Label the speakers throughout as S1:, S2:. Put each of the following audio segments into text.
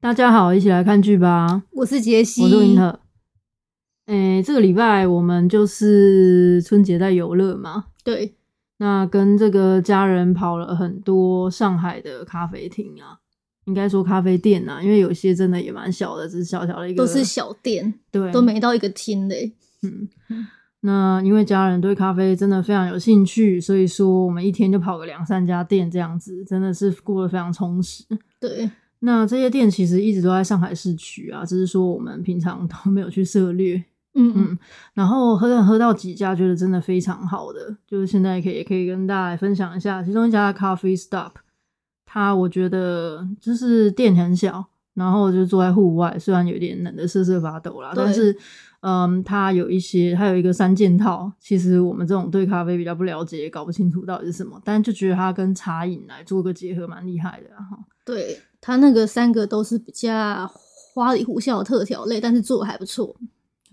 S1: 大家好，一起来看剧吧！
S2: 我是杰西，
S1: 我是 Winter。诶、这个礼拜我们就是春节在游乐嘛，
S2: 对，
S1: 那跟这个家人跑了很多上海的咖啡厅啊，应该说咖啡店啊，因为有些真的也蛮小的，只是小小的一个，
S2: 都是小店，
S1: 对，
S2: 都没到一个厅嘞。
S1: 嗯。那因为家人对咖啡真的非常有兴趣，所以说我们一天就跑个两三家店这样子，真的是过得非常充实。
S2: 对，
S1: 那这些店其实一直都在上海市区啊，只是说我们平常都没有去涉猎。
S2: 嗯
S1: 嗯然后喝喝到几家，觉得真的非常好的，就是现在可以也可以跟大家来分享一下。其中一家 Coffee Stop，它我觉得就是店很小，然后就坐在户外，虽然有点冷的瑟瑟发抖啦，
S2: 对
S1: 但是嗯，它有一些它有一个三件套，其实我们这种对咖啡比较不了解，也搞不清楚到底是什么，但就觉得它跟茶饮来做个结合，蛮厉害的啊哈、
S2: 对，它那个三个都是比较花里胡哨的特调类，但是做的还不错。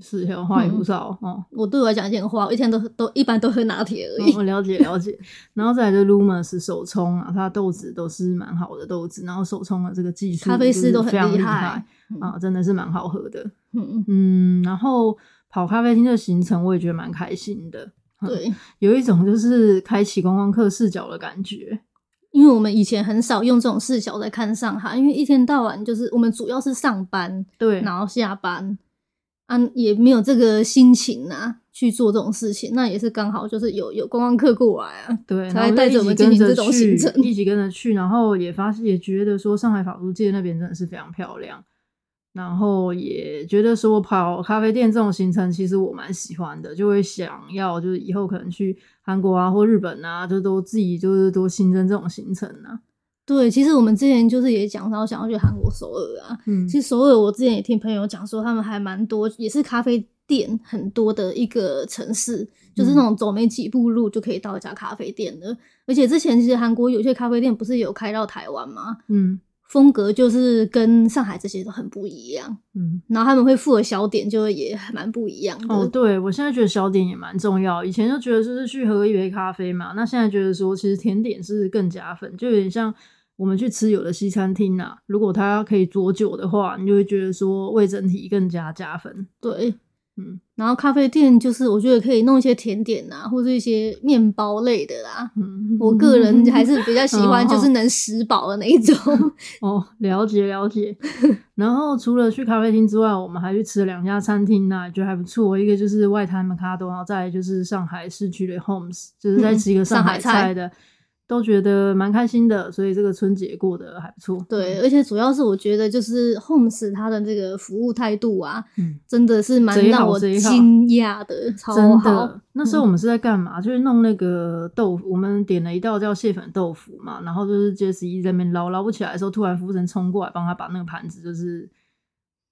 S1: 是有花里胡
S2: 嗯
S1: 哨哦。
S2: 我对我来讲有点花，我一天都都一般都喝拿铁而
S1: 嗯
S2: 已。
S1: 我了解了解，然后再来就 Lumos 手冲啊，它豆子都是蛮好的豆子，然后手冲的这个技术
S2: 咖啡
S1: 就
S2: 师
S1: 是
S2: 都
S1: 非
S2: 很
S1: 常
S2: 厉
S1: 厉
S2: 害，
S1: 啊，真的是蛮好喝的。
S2: 嗯嗯，
S1: 嗯，然后跑咖啡厅的行程我也觉得蛮开心的，
S2: 对，
S1: 有一种就是开启观光客视角的感觉。
S2: 因为我们以前很少用这种视角在看上海，因为一天到晚就是我们主要是上班，
S1: 对，
S2: 然后下班，啊，也没有这个心情啊去做这种事情。那也是刚好就是有有观光客过来啊，
S1: 对，
S2: 才
S1: 然后就
S2: 带着
S1: 一
S2: 我们
S1: 起
S2: 进行
S1: 跟着
S2: 这种行程
S1: 去一起跟着去，然后也发现也觉得说上海法租界那边真的是非常漂亮，然后也觉得说跑咖啡店这种行程其实我蛮喜欢的，就会想要就是以后可能去韩国啊或日本啊，就都自己就是多新增这种行程啊，
S2: 对，其实我们之前就是也讲到想要去韩国首尔啊。
S1: 嗯，
S2: 其实首尔，我之前也听朋友讲说，他们还蛮多，也是咖啡店很多的一个城市，就是
S1: 嗯
S2: 那种走没几步路就可以到一家咖啡店的。而且之前其实韩国有些咖啡店不是有开到台湾吗？
S1: 嗯
S2: 风格就是跟上海这些都很不一样，
S1: 嗯。
S2: 然后他们会附的小点就也蛮不一样的。
S1: 哦，对，我现在觉得小点也蛮重要。以前就觉得就是去喝一杯咖啡嘛，那现在觉得说其实甜点是更加分，就有点像我们去吃有的西餐厅啊，如果它可以佐酒的话，你就会觉得说为整体更加加分。
S2: 对，
S1: 嗯，
S2: 然后咖啡店就是我觉得可以弄一些甜点啊，或者一些面包类的啊啦。
S1: 嗯，
S2: 我个人还是比较喜欢，
S1: 哦
S2: 就是能食饱的那 一种。
S1: 哦，了解了解。 然后除了去咖啡厅之外，我们还去吃了两家餐厅呢、觉得还不错。一个就是外滩 Mercado，然后再来就是上海市区的 Homes，就是在吃一个
S2: 嗯上
S1: 海
S2: 海菜
S1: 菜的，都觉得蛮开心的。所以这个春节过得还不错。
S2: 对，而且主要是我觉得就是 Homes 它的这个服务态度啊，
S1: 嗯，
S2: 真的是蛮
S1: 贼好
S2: 让我
S1: 贼好
S2: 惊讶的，超
S1: 真
S2: 好嗯
S1: 的。。那时候我们是在干嘛？就是弄那个豆腐，我们点了一道叫蟹粉豆腐嘛，然后就是 Jesse 一直在那边捞，捞不起来的时候，突然服务生冲过来帮他把那个盘子，就是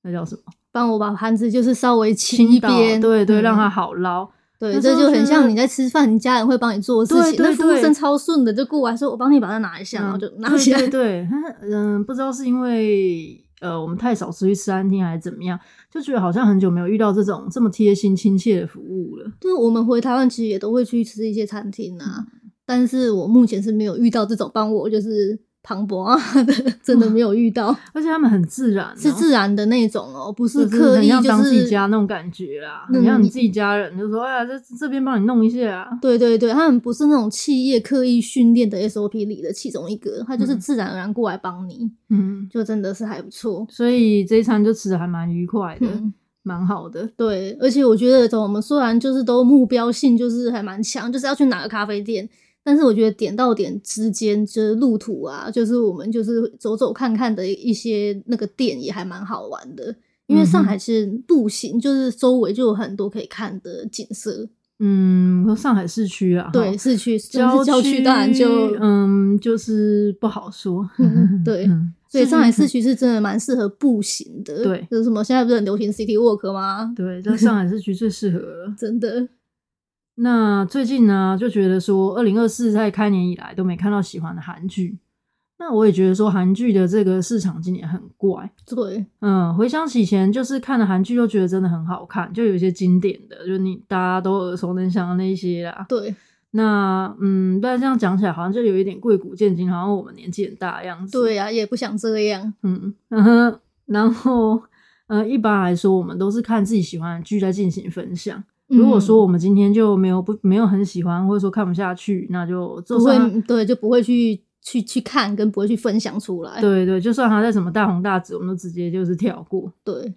S1: 那叫什么
S2: 帮我把盘子就是稍微清一
S1: 倒
S2: 边，
S1: 对对，
S2: 嗯
S1: 让他好捞。
S2: 对，
S1: 那
S2: 这
S1: 时候
S2: 就
S1: 觉
S2: 很
S1: 得
S2: 像你在吃饭，你家人会帮你做事
S1: 对
S2: 情，
S1: 对
S2: 那服务
S1: 对
S2: 生超顺的就过来说：“我帮你把它拿一下。”然后就拿
S1: 嗯
S2: 起来。
S1: 对对对， 他嗯，不知道是因为呃我们太少出去吃餐厅还是怎么样，就觉得好像很久没有遇到这种这么贴心亲切的服务了。
S2: 就是我们回台湾其实也都会去吃一些餐厅啊，但是我目前是没有遇到这种帮我就是磅礴啊的，真的没有遇到，
S1: 而且他们很自然、哦，
S2: 是自然的那种哦、不
S1: 就是
S2: 刻
S1: 很
S2: 意
S1: 像
S2: 就
S1: 当自己
S2: 是。
S1: 家那种感觉啦，
S2: 嗯
S1: 很像你自己家人，就说哎呀，这这边帮你弄一下啊。
S2: 对对对，他们不是那种企业刻意训练的 SOP 里的其中一个，他就是
S1: 嗯
S2: 自然而然过来帮你，
S1: 嗯，
S2: 就真的是还不错。
S1: 所以这一餐就吃的还蛮愉快的，
S2: 嗯，
S1: 蛮好的。
S2: 对，而且我觉得我们虽然就是都目标性就是还蛮强，就是要去哪个咖啡店，但是我觉得点到点之间就是路途啊，就是我们就是走走看看的一些那个店也还蛮好玩的。因
S1: 嗯
S2: 为上海其实步行就是周围就有很多可以看的景色，
S1: 嗯，说上海市区啊，
S2: 对，
S1: 哈，
S2: 市区但
S1: 郊
S2: 是郊区当然就，
S1: 嗯，就是不好说。
S2: 嗯对
S1: 嗯
S2: 所以上海市
S1: 是
S2: 区是真的蛮适合步行的。
S1: 对
S2: 就是什么现在不是很流行 City Walk 吗？
S1: 对，在上海市区最适合了。
S2: 真的，
S1: 那最近呢，就觉得说，二零二四在开年以来都没看到喜欢的韩剧。那我也觉得说，韩剧的这个市场今年很怪。
S2: 对，
S1: 嗯，回想起以前，就是看了韩剧，就觉得真的很好看，就有一些经典的，就你大家都耳熟能详的那一些啦。
S2: 对，
S1: 那嗯，但这样讲起来好像就有一点贵古见今，好像我们年纪很大的样子。
S2: 对啊，也不想这样。
S1: 嗯，然后然后呃，一般来说我们都是看自己喜欢的剧在进行分享。如
S2: 嗯
S1: 果说我们今天就没有不没有很喜欢，或者说看不下去，那就
S2: 嗯
S1: 就
S2: 不
S1: 算
S2: 会，对，就不会去去去看，跟不会去分享出来。
S1: 它对对，就算他在什么大红大紫，我们都直接就是跳过。
S2: 对，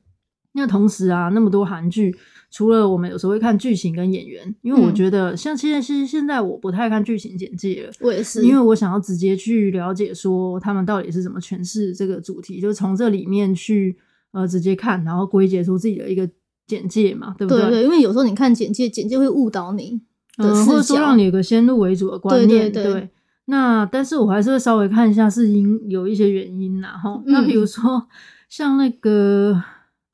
S1: 那同时啊，那么多韩剧，除了我们有时候会看剧情跟演员，因为我
S2: 嗯
S1: 觉得像现在其实现在我不太看剧情简介了，
S2: 我也是，
S1: 因为我想要直接去了解说他们到底是怎么诠释这个主题，就是从这里面去呃直接看，然后归结出自己的一个简介嘛，对不
S2: 对对，因为有时候你看简介，简介会误导你的
S1: 嗯，
S2: 视
S1: 或者说
S2: 角。
S1: 让你有个先入为主的观
S2: 对对
S1: 念，
S2: 对
S1: 那但是我还是会稍微看一下，是因有一些原因啦，哈、那比如
S2: 嗯
S1: 说像那个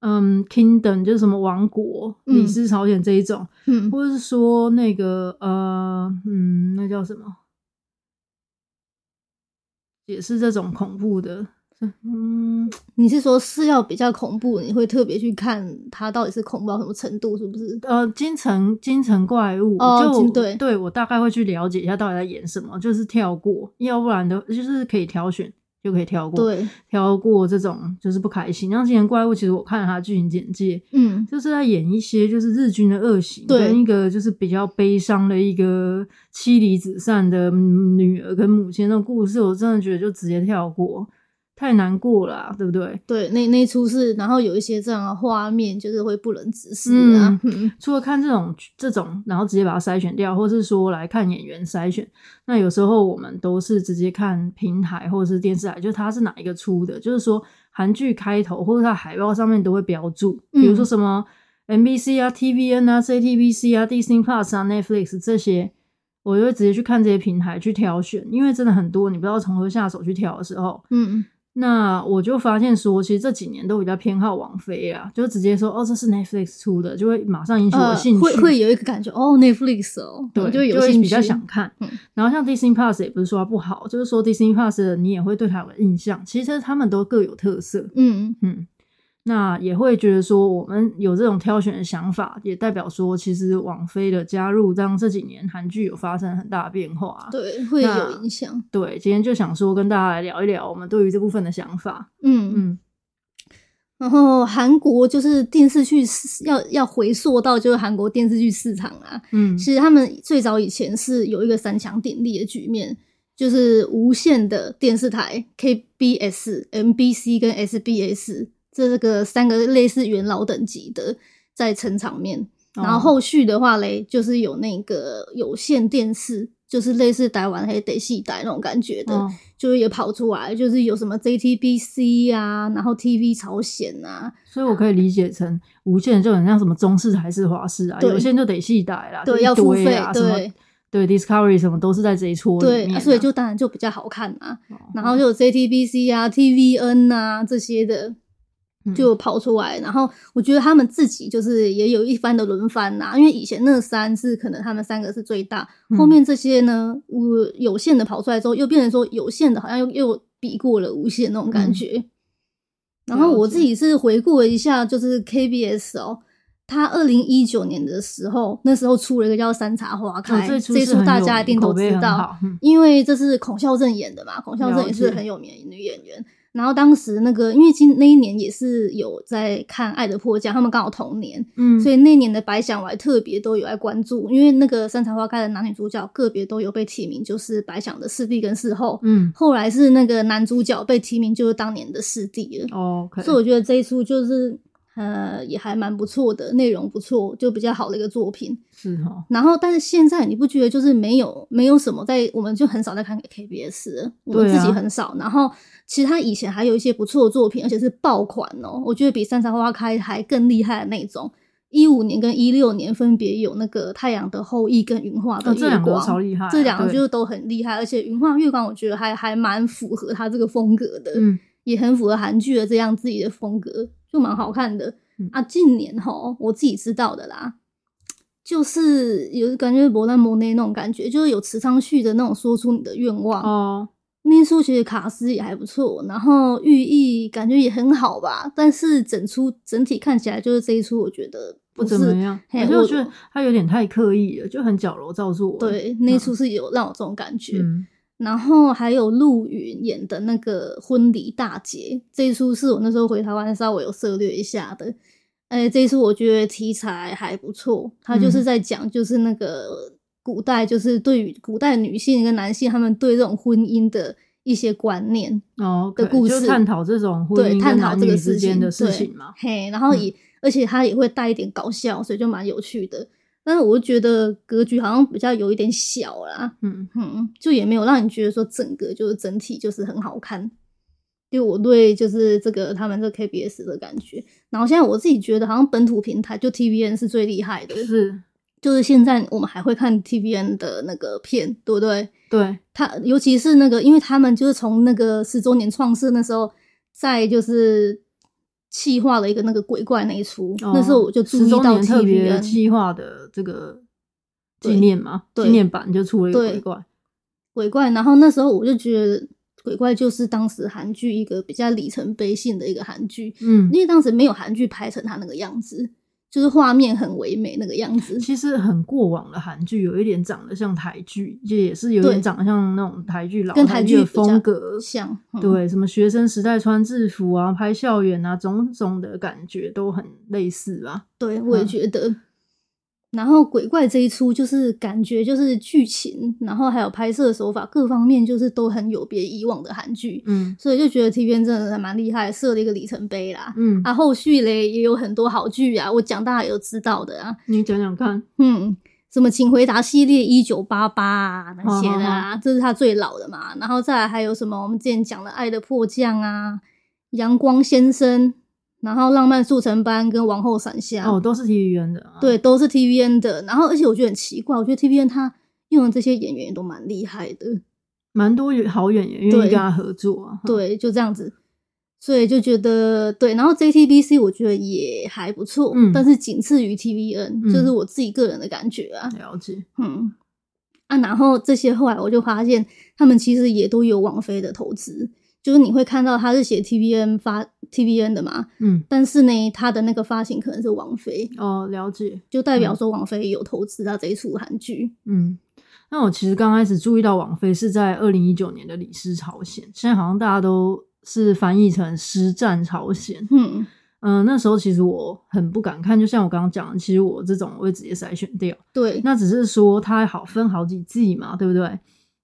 S1: 嗯，Kingdom 就是什么王国、
S2: 嗯
S1: 李斯朝鲜这一种，
S2: 嗯，
S1: 或者是说那个呃嗯，那叫什么？也是这种恐怖的，嗯，
S2: 你是说是要比较恐怖，你会特别去看它到底是恐怖到什么程度，是不是？
S1: 呃，京城京城怪物，
S2: 哦
S1: 就
S2: 京对
S1: 我大概会去了解一下到底在演什么，就是跳过，要不然的就是可以挑选就可以跳过，
S2: 对，
S1: 挑过这种就是不开心。像京城怪物，其实我看了它的剧情简介，
S2: 嗯，
S1: 就是在演一些就是日军的恶行，
S2: 对
S1: 跟一个就是比较悲伤的一个妻离子散的女儿跟母亲那种故事，我真的觉得就直接跳过，太难过了啊、对不对？
S2: 对，那那一出是，然后有一些这样的画面，就是会不忍直视啊。嗯
S1: 除了看这种这种，然后直接把它筛选掉，或是说来看演员筛选，那有时候我们都是直接看平台或者是电视台，就是它是哪一个出的，就是说韩剧开头或者它海报上面都会标注，比如说
S2: 嗯
S1: 什么 MBC 啊、TVN 啊、JTBC 啊、Disney Plus 啊、Netflix 这些。我就会直接去看这些平台去挑选，因为真的很多，你不知道从何下手去挑的时候，
S2: 嗯，
S1: 那我就发现说，其实这几年都比较偏好王菲啊，就直接说哦，这是 Netflix 出的，就会马上引起我的
S2: 呃
S1: 兴趣，
S2: 会会有一个感觉哦，Netflix 哦，
S1: 对，
S2: 就会有
S1: 会
S2: 兴
S1: 比
S2: 趣，
S1: 较想看。
S2: 嗯
S1: 然后像 Disney Plus 也不是说它不好，就是说 Disney Plus 的你也会对它有个印象。其实他们都各有特色，
S2: 嗯，
S1: 嗯，那也会觉得说我们有这种挑选的想法，也代表说其实王菲的加入让这几年韩剧有发生很大的变化啊。
S2: 对，会有
S1: 那
S2: 影响。
S1: 对，今天就想说跟大家来聊一聊我们对于这部分的想法。
S2: 嗯，
S1: 嗯，
S2: 然后韩国就是电视剧市要要回溯到就是韩国电视剧市场啊，
S1: 嗯
S2: 其实他们最早以前是有一个三强鼎立的局面，就是无线的电视台 KBS、MBC 跟 SBS 这个三个类似元老等级的在撑场面。然
S1: 哦
S2: 后后续的话嘞，就是有那个有线电视，就是类似台湾黑得戏台那种感觉的，
S1: 哦
S2: 就是也跑出来，就是有什么 JTBC 啊，然后 TV 朝鲜啊，
S1: 所以我可以理解成无线就很像什么中式、台式、华式啊，
S2: 对
S1: 有线就得细带啦，
S2: 对，
S1: 就
S2: 要
S1: 一
S2: 付
S1: 堆
S2: 费
S1: 啊，，什么
S2: 对
S1: 对 Discovery 什么都是在这一撮里
S2: 对、
S1: 面啊、
S2: 啊所以就当然就比较好看啊。
S1: 哦，
S2: 然后就有 JTBC 啊、TVN 啊这些的
S1: 嗯
S2: 就跑出来。然后我觉得他们自己就是也有一番的轮番呐、因为以前那三是可能他们三个是最大，
S1: 嗯
S2: 后面这些呢，我有线的跑出来之后，又变成说有线的好像又又比过了无线那种
S1: 嗯
S2: 感觉。然后我自己是回顾了一下，就是 KBS 哦。他二零一九年的时候，那时候出了一个叫《山茶花
S1: 哦
S2: 开》，
S1: 这
S2: 这一
S1: 出
S2: 出大家一定都知道。
S1: 好，嗯
S2: 因为这是孔孝正演的嘛，孔孝正也是
S1: 了解
S2: 很有名的女演员。然后当时那个，因为今那一年也是有在看《爱的迫降》，他们刚好同年，
S1: 嗯，
S2: 所
S1: 以
S2: 以那年的白想我还特别都有在关注，因为那个《山茶花开》的男女主角个别都有被提名，就是白想的师弟跟师后。
S1: 嗯
S2: 后来是那个男主角被提名，就是当年的师弟了。
S1: 嗯哦，OK，
S2: 所以我觉得这一出就是呃也还蛮不错的，内容不错，就比较好的一个作品。
S1: 是哦，
S2: 然后，但是现在你不觉得就是没有没有什么在，我们就很少在看 KBS，了我们
S1: 对啊
S2: 自己很少。然后，其实他以前还有一些不错的作品，而且是爆款哦，我觉得比《三茶花开》还更厉害的那种。一五年跟一六年分别有那个《太阳的后裔》跟《云画的
S1: 哦这
S2: 月
S1: 两个
S2: 光》
S1: 超厉害啊，
S2: 这两个
S1: 对
S2: 就是都很厉害，而且《云画月光》我觉得还还蛮符合他这个风格的。
S1: 嗯
S2: 也很符合韩剧的这样自己的风格，就蛮好看的、
S1: 嗯
S2: 啊。近年吼，我自己知道的啦，就是有感觉博兰莫内那种感觉，就是有池昌旭的那种说出你的愿望。
S1: 哦，
S2: 那一出其实卡斯也还不错，然后寓意感觉也很好吧，但是整出整体看起来就是这一出，我觉得
S1: 不怎么样，
S2: 嘿
S1: 而且我
S2: 我
S1: 觉得他有点太刻意了，就很矫揉造作。，
S2: 对，那一出是有让我这种感觉。
S1: 嗯，
S2: 然后还有陆云演的那个婚礼大捷，这一出是我那时候回台湾稍微有涉略一下的。哎，这一出我觉得题材还不错，它就是
S1: 嗯
S2: 在讲就是那个古代，就是对于古代女性跟男性他们对这种婚姻的一些观念，
S1: 哦，
S2: 的
S1: 对
S2: 故
S1: 就
S2: 事
S1: 探讨这种婚
S2: 对，
S1: 姻
S2: 探
S1: 跟
S2: 讨
S1: 男
S2: 这
S1: 女
S2: 个
S1: 之
S2: 事情
S1: 间的事
S2: 对
S1: 情嘛。
S2: 嘿，然后
S1: 嗯
S2: 也、而且它也会带一点搞笑，所以就蛮有趣的。但是我就觉得格局好像比较有一点小啦，
S1: 嗯，
S2: 嗯，就也没有让你觉得说整个就是整体就是很好看。因为我对就是这个他们这 KBS 的感觉，然后现在我自己觉得好像本土平台就 TVN 是最厉害的，
S1: 是，
S2: 就是现在我们还会看 TVN 的那个片，对不对？
S1: 对，
S2: 他尤其是那个，因为他们就是从那个十周年创世那时候，在就是气化了一个那个鬼怪那一出，
S1: 哦
S2: 那时候我就注
S1: 十
S2: 意
S1: 周
S2: 到
S1: 年特别
S2: TVN
S1: 计划的这个纪
S2: 对
S1: 念嘛，
S2: 对
S1: 纪念版就出了一个
S2: 对
S1: 鬼怪。
S2: 鬼怪，然后那时候我就觉得鬼怪就是当时韩剧一个比较里程碑性的一个韩剧，
S1: 嗯，
S2: 因为当时没有韩剧拍成它那个样子，就是画面很唯美那个样子。
S1: 其实很过往的韩剧有一点长得像台剧，就也是有点
S2: 对
S1: 长得像那种台剧老
S2: 跟
S1: 台
S2: 台
S1: 剧的
S2: 剧比较
S1: 风格
S2: 像嗯
S1: 对，什么学生时代穿制服啊、拍校园啊，种种的感觉都很类似吧。
S2: 对，我也
S1: 嗯
S2: 觉得。然后鬼怪这一出就是感觉就是剧情，然后还有拍摄手法各方面就是都很有别以往的韩剧，
S1: 嗯
S2: 所以就觉得 T V N 真的还蛮厉害，设了一个里程碑啦。
S1: 嗯，
S2: 啊，后续嘞也有很多好剧啊，我讲大家也都知道的啊。
S1: 你讲讲看，
S2: 嗯，什么《请回答》系列一九八八啊那些的
S1: 好
S2: 啊，这是他最老的嘛。然后再来还有什么我们之前讲的《爱的迫降》啊，《阳光先生》，然后《浪漫速成班》跟《王后伞下》
S1: 哦，都是体育员的、啊。
S2: 啊对，都是 TVN 的。然后而且我觉得很奇怪，我觉得 TVN 他用的这些演员也都蛮厉害的，
S1: 蛮多演好演员愿意
S2: 对
S1: 跟他合作啊。
S2: 对，就这样子。所以就觉得对，然后 JTBC 我觉得也还不错，
S1: 嗯
S2: 但是仅次于 TVN，、
S1: 嗯
S2: 就是我自己个人的感觉啊。
S1: 了解。
S2: 嗯，啊，然后这些后来我就发现，他们其实也都有网飞的投资，就是你会看到他是写 TVN 发 TVN 的嘛，
S1: 嗯，
S2: 但是呢，他的那个发行可能是网飞，
S1: 哦，了解。
S2: 就代表说网飞有投资到这一出韩剧。
S1: 嗯，那我其实刚开始注意到王菲是在二零一九年的《李氏朝鲜》，现在好像大家都是翻译成《实战朝鲜》。
S2: 嗯，
S1: 嗯，那时候其实我很不敢看，就像我刚刚讲的，其实我这种我会直接筛选掉。
S2: 对，
S1: 那只是说它好分好几季嘛，对不对？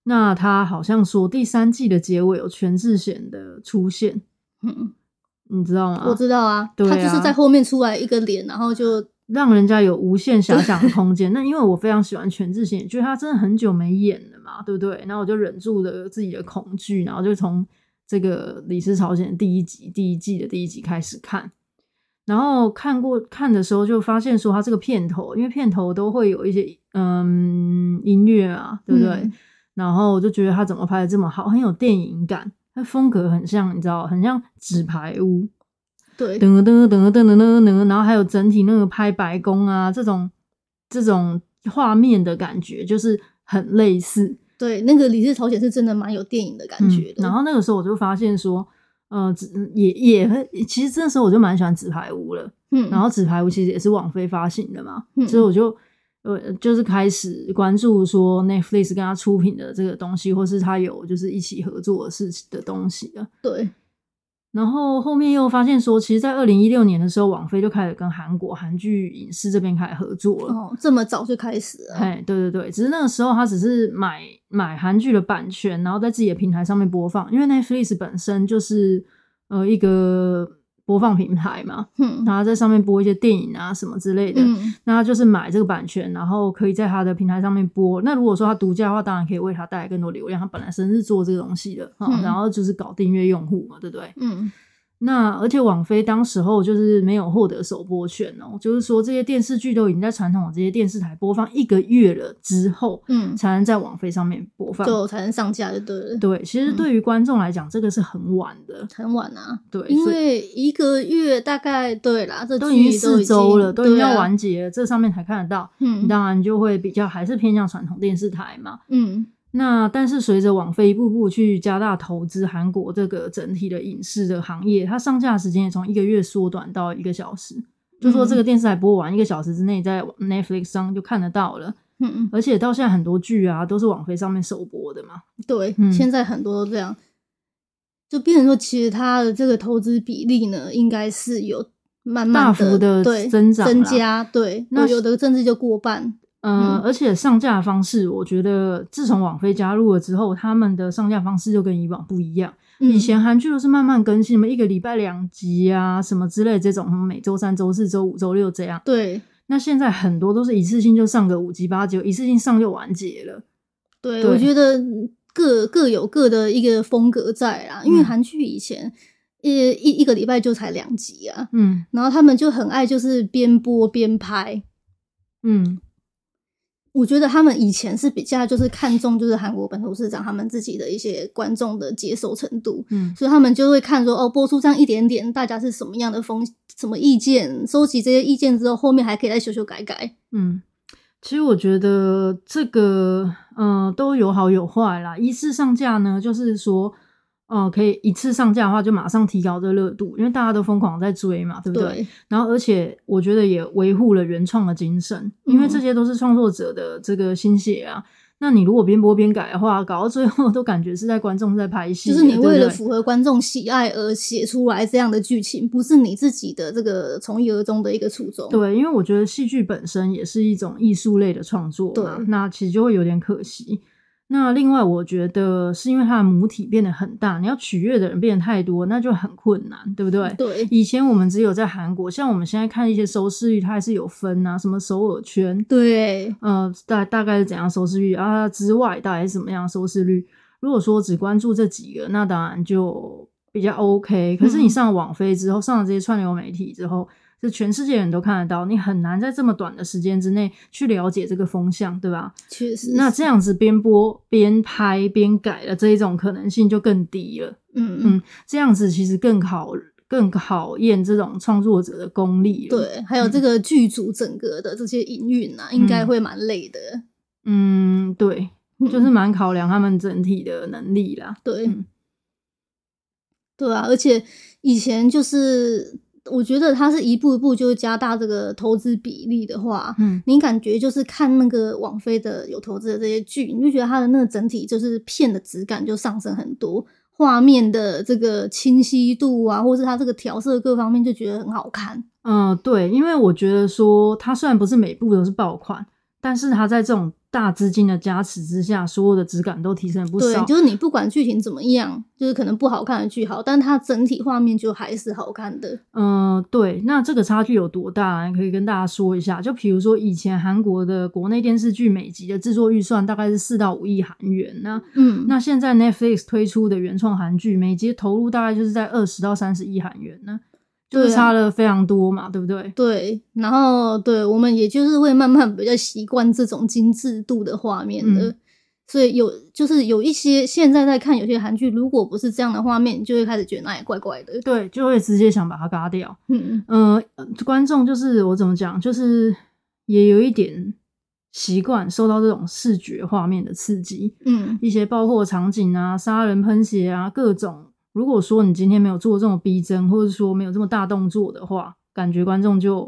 S1: 那他好像说第三季的结尾有全智贤的出现，
S2: 嗯，
S1: 你知道吗？
S2: 我知道啊，
S1: 对
S2: 他就是
S1: 啊
S2: 在后面出来一个脸，然后就
S1: 让人家有无限遐想的空间。那因为我非常喜欢全智贤，也觉得他真的很久没演了嘛，对不对？然后我就忍住了自己的恐惧，然后就从这个《李氏朝鲜》的第一集、第一季的第一集开始看。然后看过看的时候，就发现说他这个片头，因为片头都会有一些嗯音乐啊，对不对？
S2: 嗯
S1: 然后我就觉得他怎么拍的这么好，很有电影感，他风格很像，你知道，很像纸牌屋。
S2: 对，
S1: 噔噔噔噔噔噔噔，然后还有整体那个拍白宫啊这种这种画面的感觉，就是很类似
S2: 对，那个《李氏朝鲜》是真的蛮有电影的感觉
S1: 嗯
S2: 的。
S1: 然后那个时候我就发现说，呃，纸也也很，其实这时候我就蛮喜欢纸牌屋了。
S2: 嗯，
S1: 然后纸牌屋其实也是网飞发行的嘛，
S2: 嗯
S1: 所以我就呃就是开始关注说 Netflix 跟他出品的这个东西，或是他有就是一起合作的事情的东西了。
S2: 对，
S1: 然后后面又发现说，其实，在二零一六年的时候，网飞就开始跟韩国韩剧影视这边开始合作了。
S2: 哦，这么早就开始了，
S1: 哎、对对对，只是那个时候他只是买买韩剧的版权，然后在自己的平台上面播放，因为 Netflix 本身就是呃一个播放平台嘛，
S2: 嗯
S1: 然后在上面播一些电影啊什么之类的。
S2: 嗯，
S1: 那他就是买这个版权，然后可以在他的平台上面播。那如果说他独家的话，当然可以为他带来更多流量。他本来身是做这个东西的，哈
S2: 嗯
S1: 然后就是搞订阅用户嘛，对不对？
S2: 嗯，
S1: 那而且网飞当时候就是没有获得首播权哦，就是说这些电视剧都已经在传统的这些电视台播放一个月了之后，
S2: 嗯，
S1: 才能在网飞上面播放。
S2: 就才能上架就对了。
S1: 对，其实
S2: 嗯
S1: 对于观众来讲，这个是很晚的，
S2: 很晚啊，
S1: 对，
S2: 因
S1: 所以
S2: 为一个月大概对啦，这
S1: 都
S2: 剧
S1: 已
S2: 都
S1: 经四周了，都已经
S2: 对啊
S1: 要完结了，这上面才看得到，
S2: 嗯
S1: 当然就会比较还是偏向传统电视台嘛。
S2: 嗯
S1: 那但是随着网飞一步步去加大投资韩国这个整体的影视的行业，它上架时间也从一个月缩短到一个小时。就说这
S2: 嗯
S1: 个电视台播完一个小时之内，在 Netflix 上就看得到了。
S2: 嗯嗯，
S1: 而且到现在很多剧啊，都是网飞上面首播的嘛。
S2: 对，
S1: 嗯
S2: 现在很多都这样，就变成说，其实它的这个投资比例呢，应该是有慢慢
S1: 大幅
S2: 的
S1: 地
S2: 对
S1: 增长
S2: 增
S1: 啦
S2: 加，对，
S1: 那
S2: 有的甚至就过半，
S1: 呃，
S2: 嗯
S1: 而且上架方式，我觉得自从网飞加入了之后，他们的上架方式就跟以往不一样。
S2: 嗯
S1: 以前韩剧都是慢慢更新，什么一个礼拜两集啊，什么之类这种，什么每周三、周四周五、周六这样。
S2: 对
S1: 那现在很多都是一次性就上个五集八集，一次性上就完结了。
S2: 对，
S1: 对
S2: 我觉得各各有各的一个风格在啦，因为
S1: 嗯
S2: 韩剧以前一一一个礼拜就才两集啊，
S1: 嗯
S2: 然后他们就很爱就是边播边拍。
S1: 嗯
S2: 我觉得他们以前是比较就是看重就是韩国本土市场他们自己的一些观众的接受程度，
S1: 嗯
S2: 所以他们就会看说哦，播出这样一点点，大家是什么样的风什么意见，收集这些意见之后，后面还可以再修修改改。
S1: 嗯，其实我觉得这个呃都有好有坏啦。一次上架呢，就是说。呃，可以一次上架的话，就马上提高这热度，因为大家都疯狂在追嘛，对不对？
S2: 对，
S1: 然后，而且我觉得也维护了原创的精神，因为
S2: 嗯
S1: 这些都是创作者的这个心血啊。那你如果边播边改的话，搞到最后都感觉是在观众在拍戏
S2: 就
S1: 耶，
S2: 是你
S1: 对不
S2: 为了
S1: 对
S2: 符合观众喜爱而写出来这样的剧情，不是你自己的这个从一而终的一个初衷。，
S1: 对，因为我觉得戏剧本身也是一种艺术类的创作嘛
S2: 对，
S1: 那其实就会有点可惜。那另外，我觉得是因为它的母体变得很大，你要取悦的人变得太多，那就很困难，对不对？
S2: 对，
S1: 以前我们只有在韩国，像我们现在看一些收视率，它还是有分啊，什么首尔圈，
S2: 对，
S1: 呃，大大概是怎样收视率啊之外，大概是怎么样收视率？如果说只关注这几个，那当然就比较 OK。可是你
S2: 嗯
S1: 上了网飞之后，上了这些串流媒体之后，就全世界人都看得到，你很难在这么短的时间之内去了解这个风向，对吧？
S2: 确实。
S1: 那这，样子边播边拍边改的这一种可能性就更低了。
S2: 嗯
S1: 嗯
S2: 嗯，
S1: 这样子其实更考更考验这种创作者的功力了。
S2: 对，还有这个剧组整个的这些营运啊，应该
S1: 嗯嗯
S2: 会蛮累的。
S1: 嗯，对，
S2: 嗯
S1: 就是蛮考量他们整体的能力啦。
S2: 对，
S1: 嗯
S2: 对啊，而且以前就是我觉得它是一步一步就是加大这个投资比例的话，
S1: 嗯
S2: 你感觉就是看那个网飞的有投资的这些剧，你就觉得它的那个整体就是片的质感就上升很多，画面的这个清晰度啊，或是它这个调色各方面就觉得很好看。
S1: 嗯，对，因为我觉得说，它虽然不是每部都是爆款，但是它在这种大资金的加持之下，所有的质感都提升了不
S2: 对
S1: 少。，
S2: 就是你不管剧情怎么样，就是可能不好看的剧好，但它整体画面就还是好看的。
S1: 嗯，对，那这个差距有多大？可以跟大家说一下。就比如说，以前韩国的国内电视剧每集的制作预算大概是四到五亿韩元，那
S2: 嗯，
S1: 那现在 Netflix 推出的原创韩剧，每集投入大概就是在二十到三十亿韩元呢，那就是
S2: 对啊
S1: 差了非常多嘛，对不对？
S2: 对，然后对我们也就是会慢慢比较习惯这种精致度的画面的，
S1: 嗯
S2: 所以有就是有一些现在在看有些韩剧，如果不是这样的画面，你就会开始觉得那里怪怪的。
S1: 对，就会直接想把它嘎掉。
S2: 嗯，
S1: 呃，观众就是我怎么讲，就是也有一点习惯受到这种视觉画面的刺激，
S2: 嗯，
S1: 一些爆破场景啊、杀人喷血啊各种。如果说你今天没有做这种逼真，或者说没有这么大动作的话，感觉观众就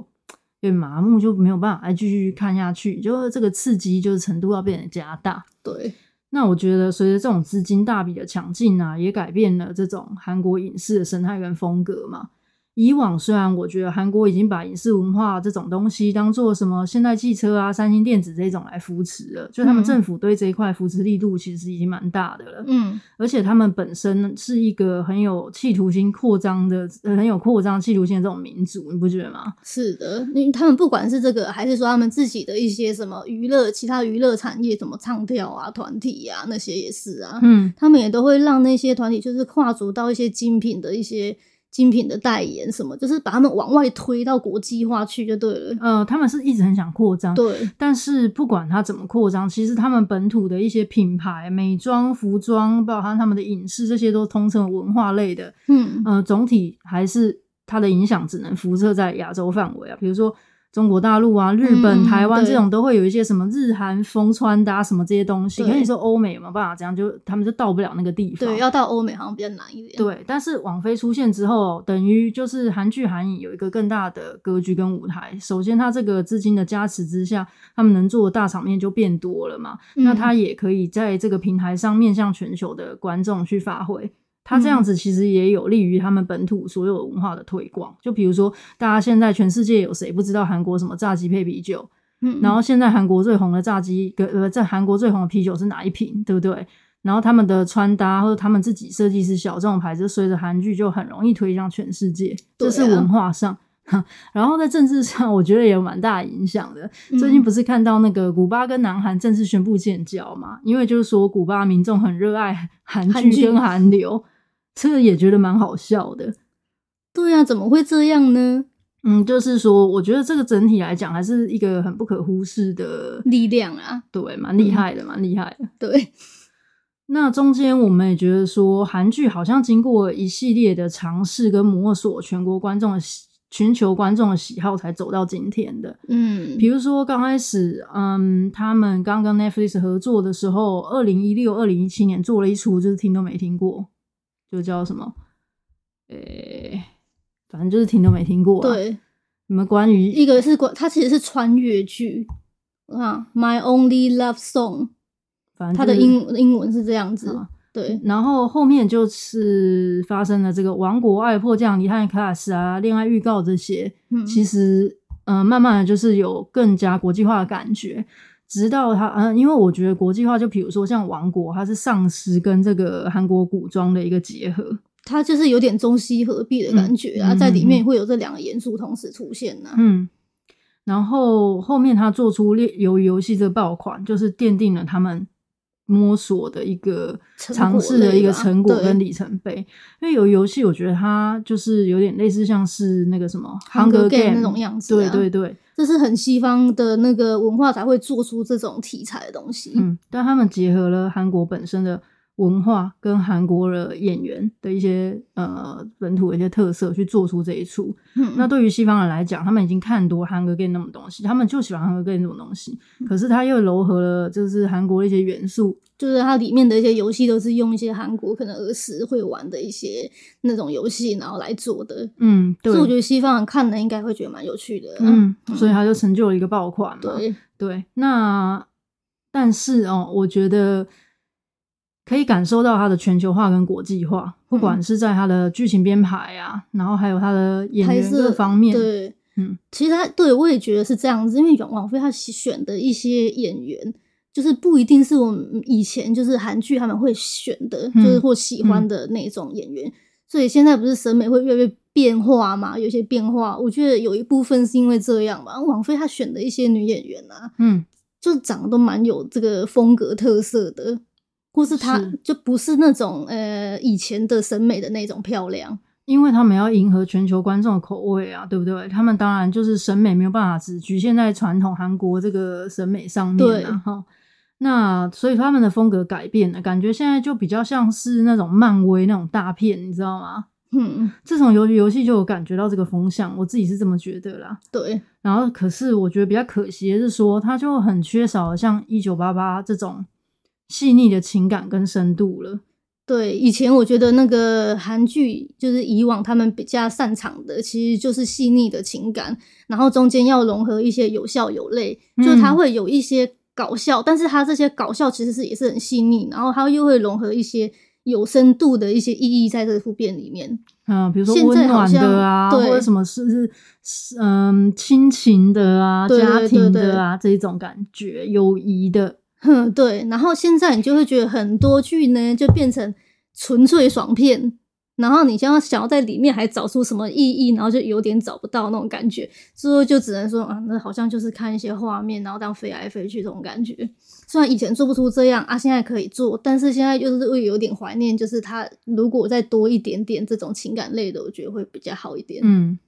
S1: 有点麻木，就没有办法哎再继续看下去，就是这个刺激就是程度要变得加大。
S2: 对，
S1: 那我觉得，随着这种资金大笔的抢进啊，也改变了这种韩国影视的生态跟风格嘛。以往虽然我觉得韩国已经把影视文化这种东西当做什么现代汽车啊、三星电子这种来扶持了，就他们
S2: 嗯
S1: 政府对这一块扶持力度其实已经蛮大的了。
S2: 嗯，
S1: 而且他们本身是一个很有企图心扩张的、呃很有扩张企图心的这种民族，你不觉得吗？
S2: 是的，你他们不管是这个，还是说他们自己的一些什么娱乐，其他娱乐产业怎么唱跳啊、团体啊那些也是啊，
S1: 嗯，
S2: 他们也都会让那些团体就是跨足到一些精品的一些精品的代言什么，就是把他们往外推到国际化去就对了。
S1: 呃，他们是一直很想扩张，
S2: 对，
S1: 但是不管它怎么扩张，其实他们本土的一些品牌、美妆、服装，包含他们的影视，这些都通称文化类的。
S2: 嗯
S1: 呃，总体还是它的影响只能辐射在亚洲范围啊。比如说中国大陆啊、日本、
S2: 嗯
S1: 台湾
S2: 对
S1: 这种都会有一些什么日韩风穿搭什么这些东西。
S2: 对
S1: 可是你说欧美有没有办法这样？就他们就到不了那个地方。
S2: 对，要到欧美好像比较难一点。，
S1: 对，但是网飞出现之后，等于就是韩剧、韩影有一个更大的格局跟舞台。首先，它这个资金的加持之下，他们能做的大场面就变多了嘛。
S2: 嗯
S1: 那它也可以在这个平台上面向全球的观众去发挥。它这样子其实也有利于他们本土所有文化的推广。就比如说，大家现在全世界有谁不知道韩国什么炸鸡配啤酒？
S2: 嗯，
S1: 然后现在韩国最红的炸鸡，跟呃，在韩国最红的啤酒是哪一瓶，对不对？然后他们的穿搭或者他们自己设计师小众牌子，随着韩剧就很容易推向全世界，
S2: 对
S1: 这
S2: 啊
S1: 是文化上。 然后在政治上，我觉得也有蛮大影响的。
S2: 嗯
S1: 最近不是看到那个古巴跟南韩正式宣布建交嘛？因为就是说古巴民众很热爱韩
S2: 韩
S1: 剧
S2: 剧
S1: 跟韩流，这个也觉得蛮好笑的。
S2: 对啊，怎么会这样呢？
S1: 嗯，就是说，我觉得这个整体来讲还是一个很不可忽视的
S2: 力量啊，
S1: 对，蛮厉害的，蛮厉害的。
S2: 对，
S1: 那中间我们也觉得说，韩剧好像经过一系列的尝试跟摸索，全国观众的喜全球观众的喜好，才走到今天的。
S2: 嗯
S1: 比，如说刚开始，嗯，他们刚跟 Netflix 合作的时候，二零一六、二零一七年做了一出，就是听都没听过，就叫什么，诶、反正就是听都没听过、，
S2: 对，
S1: 你们关于
S2: 一个是关，它其实是穿越剧啊，《My Only Love Song》，
S1: 反正
S2: 它的
S1: 就是
S2: 英英文是这样子，
S1: 啊
S2: 对，
S1: 然后后面就是发生了这个《王国爱迫降》《遗憾 class》啊，《恋爱预告》这些，
S2: 嗯，
S1: 其实呃，慢慢的就是有更加国际化的感觉。直到它，嗯、因为我觉得国际化，就比如说像《王国》，它是丧尸跟这个韩国古装的一个结合，
S2: 它就是有点中西合璧的感觉啊，
S1: 嗯嗯
S2: 在里
S1: 嗯
S2: 面会有这两个元素同时出现呢、
S1: 嗯。然后后面他做出《恋鱿鱼游戏》这个爆款，就是奠定了他们摸索的一个
S2: 成
S1: 尝
S2: 果
S1: 试的
S2: 类
S1: 一个
S2: 吧
S1: 成果
S2: 对
S1: 跟里程碑。因为有游戏，我觉得它就是有点类似像是那个什么《
S2: Hunger
S1: Hunger
S2: Game
S1: Game》
S2: 那种样子啊
S1: 对对对，
S2: 这是很西方的那个文化才会做出这种题材的东西。
S1: 嗯，但他们结合了韩国本身的文化跟韩国的演员的一些呃本土的一些特色，去做出这一出。
S2: 嗯
S1: 那对于西方人来讲，他们已经看多韩国 game 那种东西，他们就喜欢韩国 game 那种东西。
S2: 嗯
S1: 可是他又糅合了就是韩国的一些元素，
S2: 就是它里面的一些游戏都是用一些韩国可能儿时会玩的一些那种游戏，然后来做的。
S1: 嗯，对
S2: 所以我，觉得西方人看了应该会觉得蛮有趣的、啊。，
S1: 嗯，所以他就成就了一个爆款嘛。
S2: 对，
S1: 对，那但是哦，我觉得可以感受到它的全球化跟国际化，不
S2: 嗯
S1: 管是在它的剧情编排啊，然后还有它的演
S2: 拍
S1: 员
S2: 摄
S1: 各方面，
S2: 对，
S1: 嗯，
S2: 其实他对我也觉得是这样子，因为王王菲她选的一些演员。就是不一定是我们以前就是韩剧他们会选的，
S1: 嗯
S2: 就是或喜欢的那种演员，所以现在不是审美会越来越变化嘛，有一些变化，我觉得有一部分是因为这样吧。王菲她选的一些女演员啊，
S1: 嗯，
S2: 就长得都蛮有这个风格特色的，或是她
S1: 是
S2: 就不是那种呃以前的审美的那种漂亮，
S1: 因为他们要迎合全球观众的口味啊，对不对？他们当然就是审美没有办法只局限在传统韩国这个审美上面
S2: 对
S1: 啊，哈。那所以他们的风格改变了，感觉现在就比较像是那种漫威那种大片，你知道吗？
S2: 嗯，
S1: 这种游游戏就有感觉到这个风向，我自己是这么觉得啦。
S2: 对，
S1: 然后，可是我觉得比较可惜的是说，它就很缺少像《一九八八》这种细腻的情感跟深度了。
S2: 对，以前我觉得那个韩剧就是以往他们比较擅长的，其实就是细腻的情感，然后中间要融合一些有笑有泪，
S1: 嗯
S2: 就它会有一些搞笑，但是它这些搞笑其实是也是很细腻，然后它又会融合一些有深度的一些意义在这部片里面。
S1: 嗯，比如说
S2: 现
S1: 温
S2: 在好
S1: 暖
S2: 像
S1: 的啊，或
S2: 对
S1: 者什么是是嗯亲情的啊、
S2: 对
S1: 家
S2: 对
S1: 庭
S2: 对
S1: 的啊这一种感觉，友谊的，
S2: 哼，嗯对。然后现在你就会觉得很多剧呢，就变成纯粹爽片，然后你就要想要在里面还找出什么意义，然后就有点找不到那种感觉，最后就只能说啊，那好像就是看一些画面，然后这样飞来飞去这种感觉。虽然以前做不出这样啊，现在可以做，但是现在就是会有点怀念，就是它如果再多一点点这种情感类的，我觉得会比较好一点。
S1: 嗯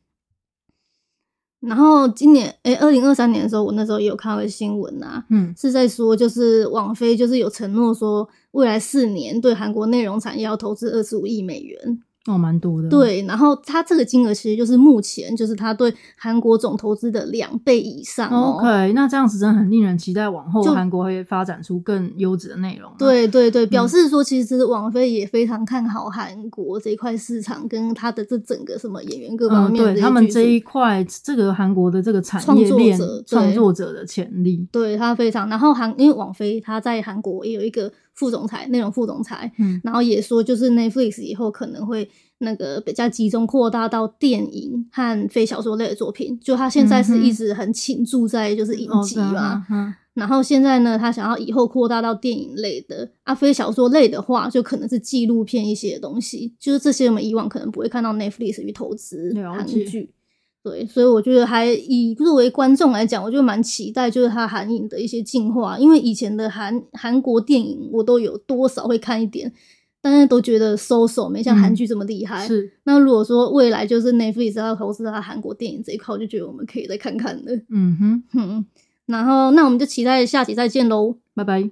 S2: 然后今年诶，二零二三年的时候，我那时候也有看到一个新闻啊，
S1: 嗯
S2: 是在说，就是网飞就是有承诺说，未来四年对韩国内容产业要投资二十五亿美元。
S1: 哦，蛮多的。，
S2: 对，然后它这个金额其实就是目前就是它对韩国总投资的两倍以上哦。
S1: OK，那这样子真的很令人期待，往后
S2: 就
S1: 韩国会发展出更优质的内容。，啊
S2: 对对对，
S1: 嗯
S2: 表示说其实王菲也非常看好韩国这一块市场，跟她的这整个什么演员各方
S1: 嗯，
S2: 面的
S1: 对
S2: 些
S1: 他们
S2: 技
S1: 这
S2: 术
S1: 一块，这个韩国的这个产
S2: 创
S1: 业
S2: 作
S1: 链
S2: 者
S1: 创
S2: 对
S1: 作者的潜力，
S2: 对他非常。然后韩，因为王菲她在韩国也有一个副总裁，内容副总裁，
S1: 嗯
S2: 然后也说就是 Netflix 以后可能会那个比较集中扩大到电影和非小说类的作品。就他现在是
S1: 嗯
S2: 一
S1: 哼
S2: 直很倾注在就是影
S1: 哦
S2: 集
S1: 对啊
S2: 嘛，
S1: 嗯
S2: 然后现在呢，他想要以后扩大到电影类的，啊，非小说类的话，就可能是纪录片一些东西，就是这些我们以往可能不会看到 Netflix 去投资
S1: 了
S2: 韩
S1: 解
S2: 剧。对，所以我觉得还以作为观众来讲，我就蛮期待就是它韩影的一些进化，因为以前的韩韩国电影我都有多少会看一点，但是都觉得收手没像韩
S1: 嗯
S2: 剧这么厉害。
S1: 是，
S2: 那如果说未来就是 Netflix 要投资它韩国电影这一块，我就觉得我们可以再看看了。
S1: 嗯哼，
S2: 嗯，然后那我们就期待下集再见喽，
S1: 拜拜。